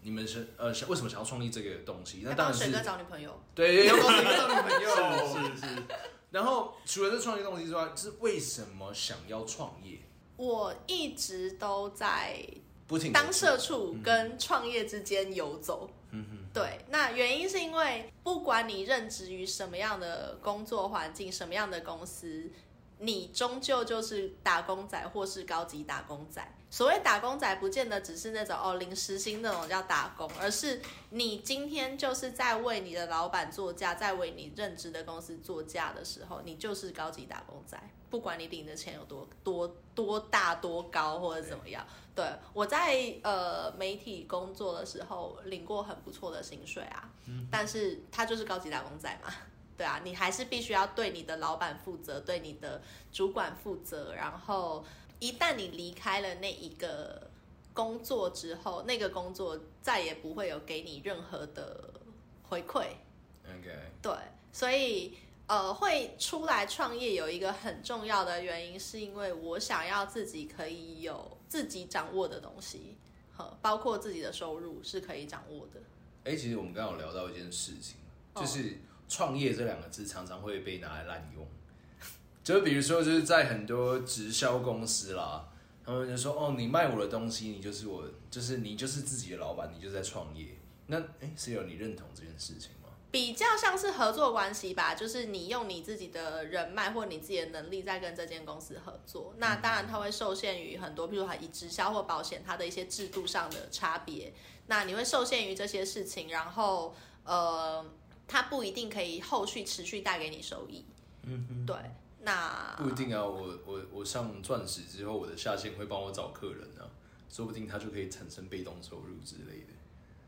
S1: 你们是呃想为什么想要创立这个东西？那
S3: 要
S1: 当
S3: 帮
S1: 然是
S3: 水哥找女朋友，
S1: 对，要帮谁交女朋 (laughs) 友？
S4: 是是是，
S1: 然后除了这创业动机之外，是为什么想要创业？
S3: 我一直都在
S1: 不停地
S3: 当社畜跟创业之间游走。对，那原因是因为不管你任职于什么样的工作环境、什么样的公司，你终究就是打工仔或是高级打工仔。所谓打工仔，不见得只是那种哦临时薪那种叫打工，而是你今天就是在为你的老板做嫁，在为你任职的公司做嫁的时候，你就是高级打工仔，不管你领的钱有多多多大多高或者怎么样。对，我在呃媒体工作的时候领过很不错的薪水啊，但是他就是高级打工仔嘛，对啊，你还是必须要对你的老板负责，对你的主管负责，然后一旦你离开了那一个工作之后，那个工作再也不会有给你任何的回馈，
S1: OK，
S3: 对，所以呃，会出来创业有一个很重要的原因，是因为我想要自己可以有自己掌握的东西，呵，包括自己的收入是可以掌握的。
S1: 哎、其实我们刚刚有聊到一件事情，
S3: 哦
S1: 就是创业这两个字常常会被拿来滥用，就比如说就是在很多直销公司啦，他们就说哦，你卖我的东西，你就是我，就是你就是自己的老板，你就是在创业。那哎，室、友，你认同这件事情吗？
S3: 比较像是合作关系吧，就是你用你自己的人脉或你自己的能力在跟这间公司合作。那当然，它会受限于很多，譬如它以直销或保险它的一些制度上的差别。那你会受限于这些事情，然后呃，它不一定可以后续持续带给你收益。嗯哼，对。那
S1: 不一定啊，我我我上钻石之后，我的下线会帮我找客人啊，说不定他就可以产生被动收入之类的。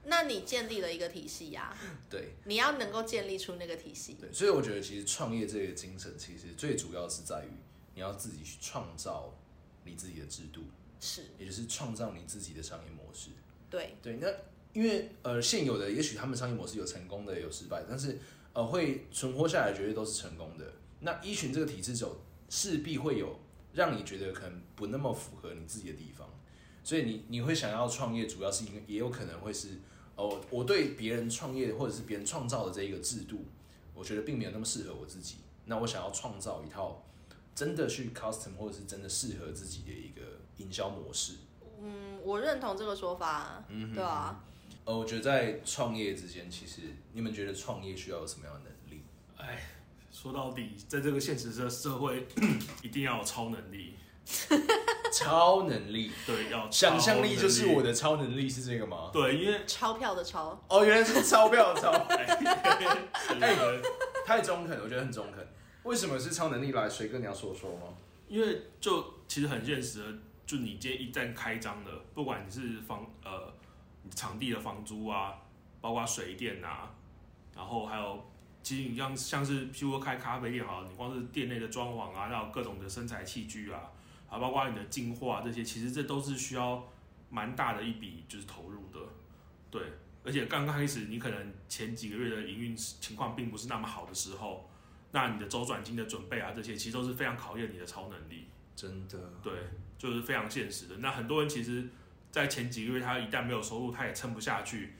S3: 那你建立了一个体系呀、
S1: 对
S3: 你要能够建立出那个体系。
S1: 对，所以我觉得其实创业这个精神，其实最主要是在于你要自己去创造你自己的制度，
S3: 是
S1: 也就是创造你自己的商业模式。
S3: 对，
S1: 对，那因为呃现有的也许他们商业模式有成功的，有失败的，但是呃会存活下来，绝对都是成功的。那依循这个体制走，势必会有让你觉得可能不那么符合你自己的地方，所以你你会想要创业，主要是因为也有可能会是哦，我对别人创业或者是别人创造的这一个制度，我觉得并没有那么适合我自己。那我想要创造一套真的去 custom 或者是真的适合自己的一个营销模式。
S3: 嗯，我认同这个说法，对啊。
S1: 呃，我觉得在创业之间，其实你们觉得创业需要有什么样的能力？ (laughs)
S4: 哎，说到底，在这个现实的社会， (coughs) 一定要有超能力，
S1: 超能力，
S4: 对，要
S1: 想象力就是我
S4: 的，
S1: 的超能力是这个吗？
S4: 对，因为
S3: 钞票的钞，
S1: 哦，原来是钞票的钞，
S4: 哎，
S1: 太中肯，我觉得很中肯。为什么是超能力来？水哥你要说说吗？
S4: 因为就其实很现实的，就你今天一旦开张了，不管你是房呃你场地的房租啊，包括水电啊，然后还有其实你像像是譬如说开咖啡店好了，你光是店内的装潢啊，还有各种的生产器具啊，还有包括你的进化这些，其实这都是需要蛮大的一笔就是投入的，对。而且刚刚开始，你可能前几个月的营运情况并不是那么好的时候，那你的周转金的准备啊，这些其实都是非常考验你的超能力，
S1: 真的，
S4: 对，就是非常现实的。那很多人其实，在前几个月他一旦没有收入，他也撑不下去，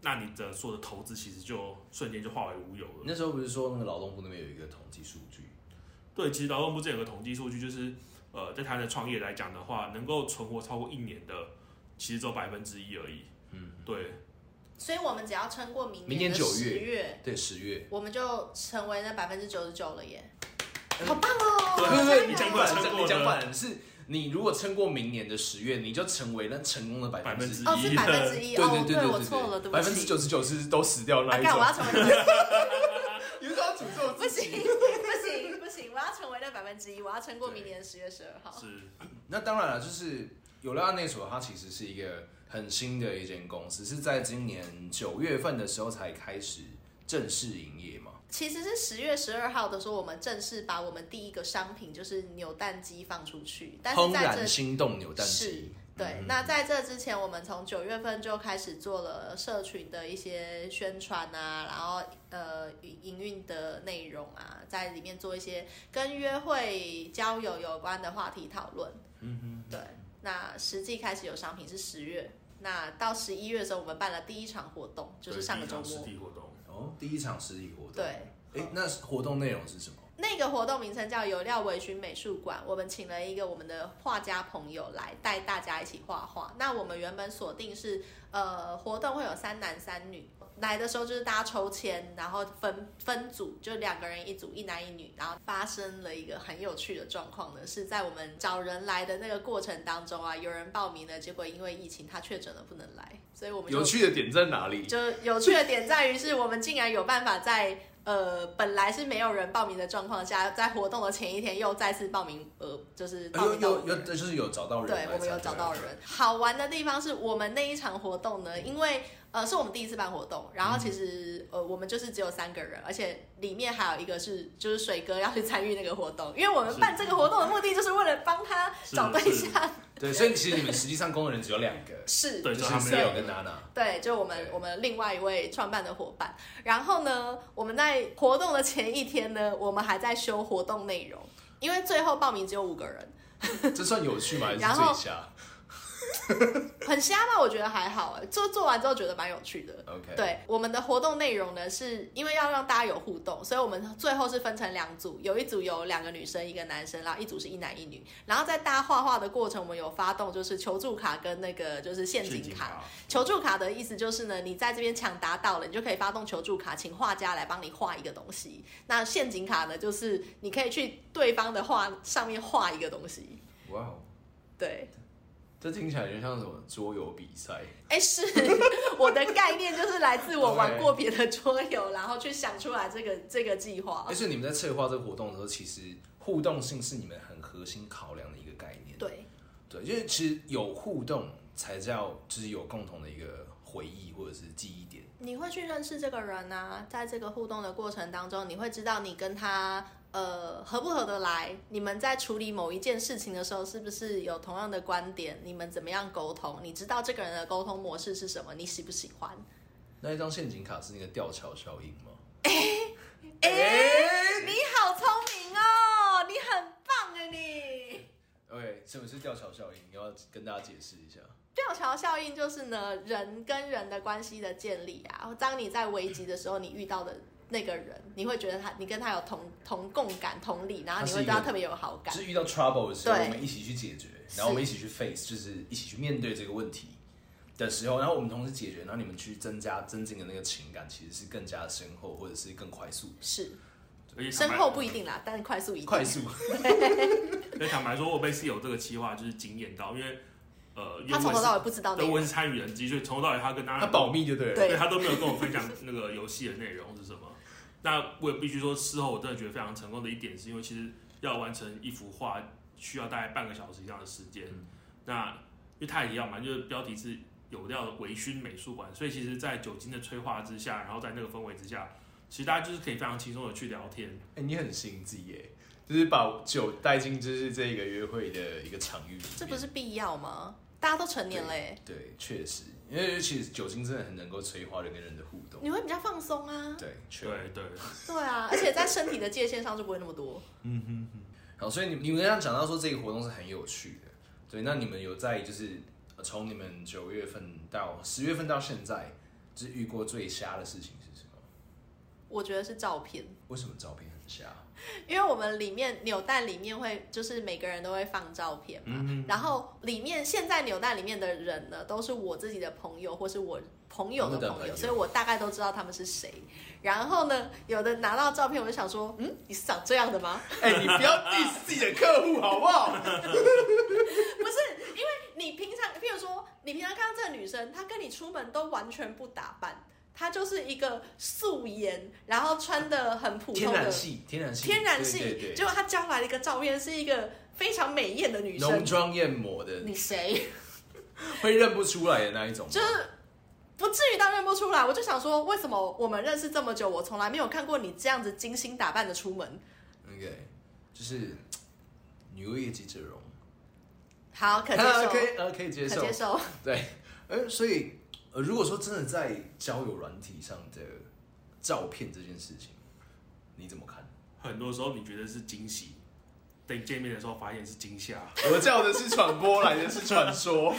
S4: 那你的所有的投资其实就瞬间就化为乌有
S1: 你
S4: 了。
S1: 那时候不是说那个劳动部那边有一个统计数据？
S4: 对，其实劳动部这有个统计数据，就是呃，在台湾的创业来讲的话，能够存活超过一年的，其实只有百分之一而已。嗯，对，
S3: 所以我们只要撑过明
S1: 明年
S3: 的
S1: 九
S3: 十
S1: 月
S3: 月，
S1: 对，十月。
S3: 我们就成为那百分之九十九了耶，
S1: 嗯
S3: 好棒哦！
S1: 对
S4: 对
S3: 加
S1: 对，
S3: 油
S1: 你讲反了，你讲反了，是你如果撑过明年的十月，你就成为那成功的百分之一。
S4: 1%
S3: 哦，是百分之一
S1: 对
S3: 哦，
S1: 对对
S3: 我错了，
S1: 对，
S3: 对不
S1: 百
S3: 起。
S1: 分之九十九是都死掉那
S3: 啊，
S1: 一
S3: 干，我要
S1: 种。
S3: 成为
S1: (laughs)
S3: 那
S1: 你知道诅咒
S3: 不行不行不行，我要成为那百分之一，我要撑过明年十月十二号。
S4: 是
S1: 那当然了，就是有乐案内所，它其实是一个很新的一间公司，是在今年九月份的时候才开始正式营业嘛。
S3: 其实是十月十二号的时候，我们正式把我们第一个商品就是扭蛋机放出去，但是
S1: 怦
S3: 在
S1: 然
S3: 这
S1: 心动扭蛋
S3: 是
S1: 机，
S3: 对，那在这之前，我们从九月份就开始做了社群的一些宣传啊，然后呃营运的内容啊，在里面做一些跟约会、交友有关的话题讨论。嗯哼，对。那实际开始有商品是十月，那到十一月的时候，我们办了第一场活动，就是上个周
S4: 实
S3: 末。
S4: 体活动，
S1: 哦，第一场实体活动。
S3: 对，
S1: 哎，那活动内容是什么？
S3: 那个活动名称叫有料微醺美术馆，我们请了一个我们的画家朋友来带大家一起画画。那我们原本锁定是，呃，活动会有三男三女，来的时候就是大家抽签，然后分分组，就两个人一组，一男一女。然后发生了一个很有趣的状况呢，是在我们找人来的那个过程当中啊，有人报名了，结果因为疫情他确诊了不能来，所以我们就
S1: 有趣的点在哪里？
S3: 就有趣的点在于是，我们竟然有办法在呃本来是没有人报名的状况下，在活动的前一天又再次报名，呃，就是报
S1: 有
S3: 名到
S1: 哎有
S3: 我
S1: 有，
S3: 们。
S1: 就是有找到人来
S3: 对
S1: 参加。，
S3: 我们有找到人。好玩的地方是我们那一场活动呢，因为呃是我们第一次办活动，然
S1: 嗯
S3: 后其实呃我们就是只有三个人，而且里面还有一个是就是水哥要去参与那个活动，因为我们
S4: 是
S3: 办这个活动的目的就是为了帮他找对
S4: 是
S3: 象，
S1: 对，所以其实你们实际上工作人员只有两个， (laughs)
S3: 是
S4: 对，
S1: 就
S4: 就他
S1: 是
S4: 们
S1: Leo 跟娜娜。
S3: 对，就我们
S1: 对
S3: 我们另外一位创办的伙伴。然后呢，我们在活动的前一天呢，我们还在修活动内容，因为最后报名只有五个人，
S1: 这算有趣吗？还是
S3: 然后
S1: 最瞎
S3: 很瞎吗？我觉得还好，做做完之后觉得蛮有趣的。
S1: ？OK，，
S3: 对，我们的活动内容呢，是因为要让大家有互动，所以我们最后是分成两组，有一组有两个女生，一个男生，然后一组是一男一女。然后在大家画画的过程，我们有发动就是求助卡跟那个就是陷阱卡。，求助卡的意思就是呢，你在这边抢答到了，你就可以发动求助卡，请画家来帮你画一个东西。那陷阱卡呢，就是你可以去对方的画上面画一个东西。
S1: 哇哦，
S3: 对，
S1: 这听起来就像什么桌游比赛，
S3: 哎，是我的概念就是来自我玩过别的桌游，然后去想出来这个这个计划
S1: 而。且你们在策划这个活动的时候，其实互动性是你们很核心考量的一个概念。
S3: 对，
S1: 对，因为其实有互动才叫就是有共同的一个回忆或者是记忆点。
S3: 你会去认识这个人啊，在这个互动的过程当中，你会知道你跟他呃合不合得来，你们在处理某一件事情的时候，是不是有同样的观点？你们怎么样沟通？你知道这个人的沟通模式是什么？你喜不喜欢？
S1: 那一张陷阱卡是那个吊桥效应吗？
S3: 哎、你好聪明哦，你很棒哎你。
S1: OK，什么是吊桥效应？你要跟大家解释一下。
S3: 吊桥效应就是呢，人跟人的关系的建立啊。当你在危急的时候，你遇到的那个人，你会觉得他，你跟他有同同共感、同理，然后你会对他特别有好感
S1: 就。是遇到 trouble 的时候，
S3: 对
S1: 我们一起去解决，然后我们一起去 face，就是一起去面对这个问题。的时候，然后我们同时解决，然后你们去增加增进的那个情感，其实是更加深厚或者是更快速、
S3: 是
S4: 而且坦
S3: 深
S4: 白
S3: 厚不一定啦，但是快速一定。
S1: 快速。
S4: 而且坦白说，我被室友这个企划就是惊艳到，因为呃，因为
S3: 他从
S4: 我
S3: 头
S4: 是
S3: 到尾不知道
S4: 对，
S3: 那
S4: 我
S3: 个。
S4: 是参与人机，所以从头到尾他跟大
S1: 他
S4: 家
S1: 保密就对了。
S3: 对
S4: 对他都没有跟我分享那个游戏的内容是什么。那我也必须说，事后我真的觉得非常成功的一点，是因为其实要完成一幅画需要大概半个小时以上的时间。
S1: 嗯
S4: 那因为它也一样嘛，就是标题是有料的微醺美术馆，所以其实，在酒精的催化之下，然后在那个氛围之下，其实大家就是可以非常轻松的去聊天。
S1: 哎、你很心机耶，就是把酒带进就是这个约会的一个场域里面。
S3: 这不是必要吗？大家都成年了欸，
S1: 对，确实，因为其实酒精真的很能够催化人跟人的互动。
S3: 你会比较放松啊。
S1: 对，确
S4: 对
S1: 实。
S4: 对，
S3: 对啊，而且在身体的界限上就不会那么多。
S1: 好，所以你你们刚刚讲到说这个活动是很有趣的，对，那你们有在就是呃从你们九月份到十月份到现在，就是遇过最瞎的事情是什么？
S3: 我觉得是照片，
S1: 为什么照片很瞎？
S3: 因为我们里面扭蛋里面会就是每个人都会放照片
S1: 嗯
S3: 嘛，然后里面现在扭蛋里面的人呢，都是我自己的朋友或是我朋友的
S1: 他们的
S3: 朋
S1: 朋
S3: 友，
S1: 友
S3: 所以我大概都知道他们是谁。然后呢，有的拿到照片，我就想说，嗯，你是长这样的吗？ (laughs)
S1: 哎、你不要 diss 自己的客户好不好？
S3: 不是，因为你平常，譬如说，你平常看到这个女生，她跟你出门都完全不打扮，她就是一个素颜，然后穿的很 (laughs) 普
S1: 天
S3: 通
S1: 然
S3: 的
S1: 系，天然系，
S3: 天然系。
S1: 对对
S3: 结
S1: 对，
S3: 果她交来了一个照片，是一个非常美艳的女
S1: 浓
S3: 生。
S1: 妆艳抹的，
S3: 你谁？
S1: (laughs) 会认不出来的那一种吗。
S3: 就是不至于到认不出来。我就想说，为什么我们认识这么久，我从来没有看过你这样子精心打扮的出门？
S1: OK，就是女为悦己者容，
S3: 好，可接
S1: 啊 (laughs)
S3: 受，
S1: 可以呃可以接
S3: 可
S1: 受
S3: 接，受。
S1: 对，呃，所以呃，如果说真的在交友软体上的照片这件事情，你怎么看？
S4: 很多时候你觉得是惊喜，等你见面的时候发现是惊吓。
S1: (laughs) 我叫的是传播，来的是传 (laughs) 说，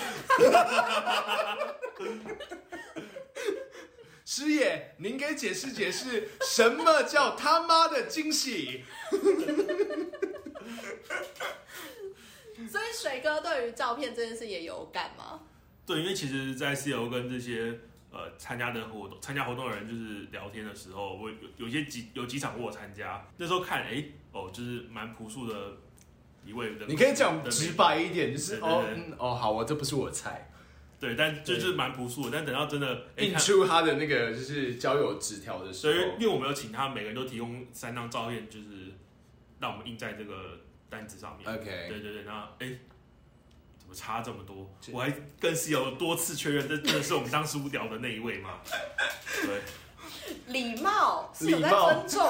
S1: 师爷，您给解释解释，什么叫他妈的惊喜？
S3: 所以水哥对于照片这件事也有感吗？
S4: 对，因为其实，在 CEO 跟这些呃参加的活动、参加活动的人就是聊天的时候，我有有些几有几场我有参加，那时候看，哎、哦，就是蛮朴素的一位的，
S1: 你可以讲直白一点，就是
S4: 对对
S1: 哦
S4: 对
S1: 嗯哦好，我这不是我菜。
S4: 对，但就
S1: 对
S4: 就是蛮朴素的，但等到真的，哎、
S1: 印
S4: 看，
S1: 出他的那个就是交友纸条的时
S4: 所以
S1: 候
S4: 因，为我们有请他每个人都提供三张照片，就是让我们印在这个单子上面。
S1: OK
S4: 对对对，然后哎。怎么差这么多
S1: 这？
S4: 我还跟 CEO 多次确认，这真的是我们当初聊的那一位吗？对，
S3: 礼貌是有在
S1: 礼貌
S3: 尊重，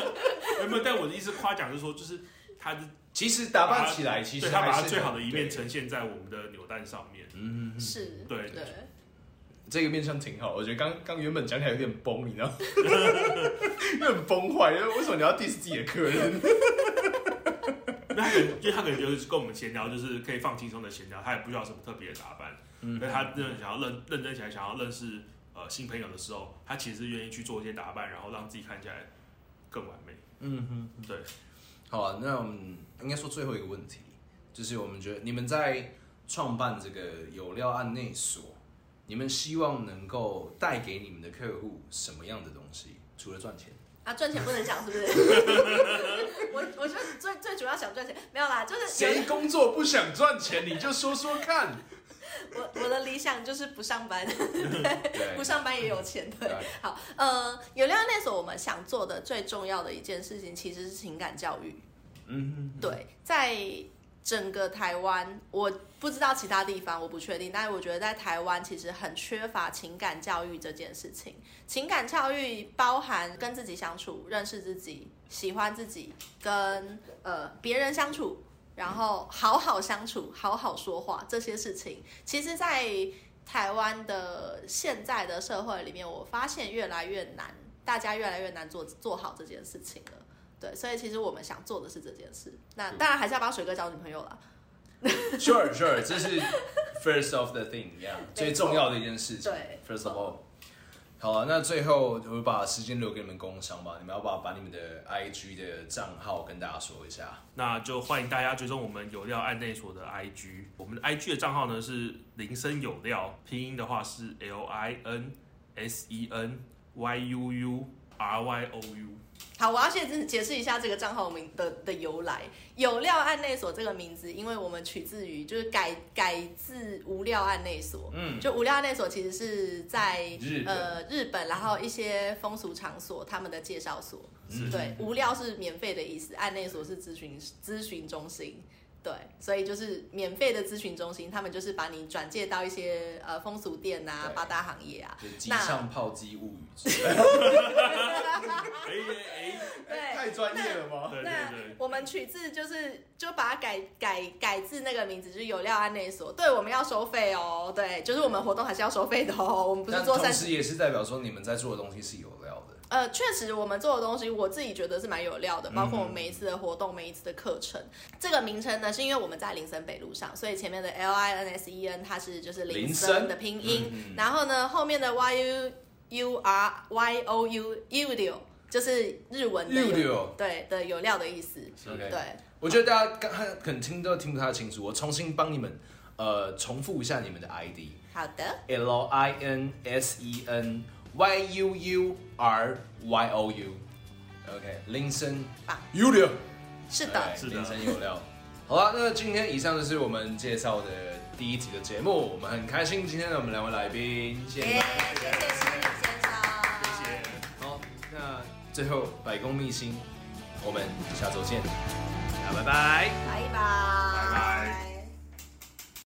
S4: (laughs) 没有，但我的意思夸奖是说，就是他的
S1: 其实打扮起来，其实
S4: 对他
S1: 还
S4: 把他
S1: 是
S4: 最好的一面
S1: 对
S4: 呈现在我们的扭蛋上面。
S1: 嗯，
S3: (laughs) 是
S4: 对
S3: 对。
S1: 这个面相挺好。我觉得刚刚原本讲起来有点崩，你知道吗， (laughs) 有点崩坏。因为为什么你要 diss 自己的客人？
S4: 因为他可能，因为他可能就是跟我们闲聊，就是可以放轻松的闲聊，他也不需要什么特别的打扮。嗯，但他真的想要认认真起来，想要认识呃新朋友的时候，他其实愿意去做一些打扮，然后让自己看起来更完美。
S1: 嗯哼，
S4: 对。
S1: 好啊，那我们应该说最后一个问题，就是我们觉得你们在创办这个有料案内所，你们希望能够带给你们的客户什么样的东西？除了赚钱，
S3: 啊，赚钱不能讲是不 (laughs) 是？我我就最最主要想赚钱，没有啦，就是有
S1: 谁工作不想赚钱？你就说说看。
S3: 我我的理想就是不上班，
S1: 对
S3: 不上班也有钱，对。
S1: 对啊
S3: 好，呃，有料那所我们想做的最重要的一件事情，其实是情感教育。
S1: 嗯哼，
S3: 对，在整个台湾，我不知道其他地方，我不确定，但是我觉得在台湾其实很缺乏情感教育这件事情。情感教育包含跟自己相处、认识自己、喜欢自己，跟呃别人相处，然后好好相处、好好说话这些事情，其实，在台湾的现在的社会里面，我发现越来越难，大家越来越难做做好这件事情了。对，所以其实我们想做的是这件事。那当然还是要帮水哥找女朋友啦。
S1: Sure, sure，这是 first of the thing，yeah，
S3: 错
S1: 最重要的一件事情。
S3: 对
S1: First of all，好啊，那最后我把时间留给你们工商吧，你们要不要把你们的 IG 的账号跟大家说一下？
S4: 那就欢迎大家追踪我们有料案内所的 IG，我们的 IG 的账号呢是林森有料，拼音的话是 L I N S E N Y U U R Y O U。
S3: 好，我要先解释一下这个账号名的的由来。有料案内所这个名字，因为我们取自于就是改改自无料案内所，
S1: 嗯，
S3: 就无料案内所其实是在
S1: 日本
S3: 呃日本，然后一些风俗场所他们的介绍所。
S1: 是
S3: 对，无料是免费的意思，案内所是咨询咨询中心。对，所以就是免费的咨询中心，他们就是把你转介到一些呃风俗店啊
S1: 对、
S3: 八大行业啊。
S1: (laughs) 就机上炮击物语之类的，
S4: 哎哎
S3: 对，
S1: 太专业了
S4: 哎，
S1: 吗？
S4: 对
S3: 那
S4: 对
S3: 我们取自就是就把它改改改字那个名字，就是有料案内所。对，我们要收费哦。对，就是我们活动还是要收费的哦。我们不是
S1: 但
S3: 做
S1: 同
S3: 善
S1: 时也是代表说你们在做的东西是有料的。
S3: 呃，确实我们做的东西，我自己觉得是蛮有料的，包括我们每一次的活动、每一次的课程。这个名称呢，是因为我们在林森北路上，所以前面的 L I N S E N 它是就是
S1: 林
S3: 林
S1: 森
S3: 森的拼音，然后呢后面的 Y U U R Y O U U 料就是日文的
S1: 日
S3: 有
S1: 料
S3: 对的有料的意思。
S1: OK，
S3: 对，
S1: 我觉得大家刚才可能听都听不太清楚，我重新帮你们呃重复一下你们的 ID。
S3: 好的。
S1: L I N S E N Y U U R Y O U。OK，林森
S3: 棒
S1: 啊有料，
S3: 是
S1: 哎
S3: 的，
S4: 是的
S1: 林森有料。好了，那今天以上就是我们介绍的第一集的节目，我们很开心今天的我们两位来宾，谢
S3: 耶，
S1: 谢你们。
S3: 哎谢谢心理先生，
S4: 谢谢。
S1: 好，那最后百工秘辛，我们下周见，大家拜拜。
S3: 拜拜。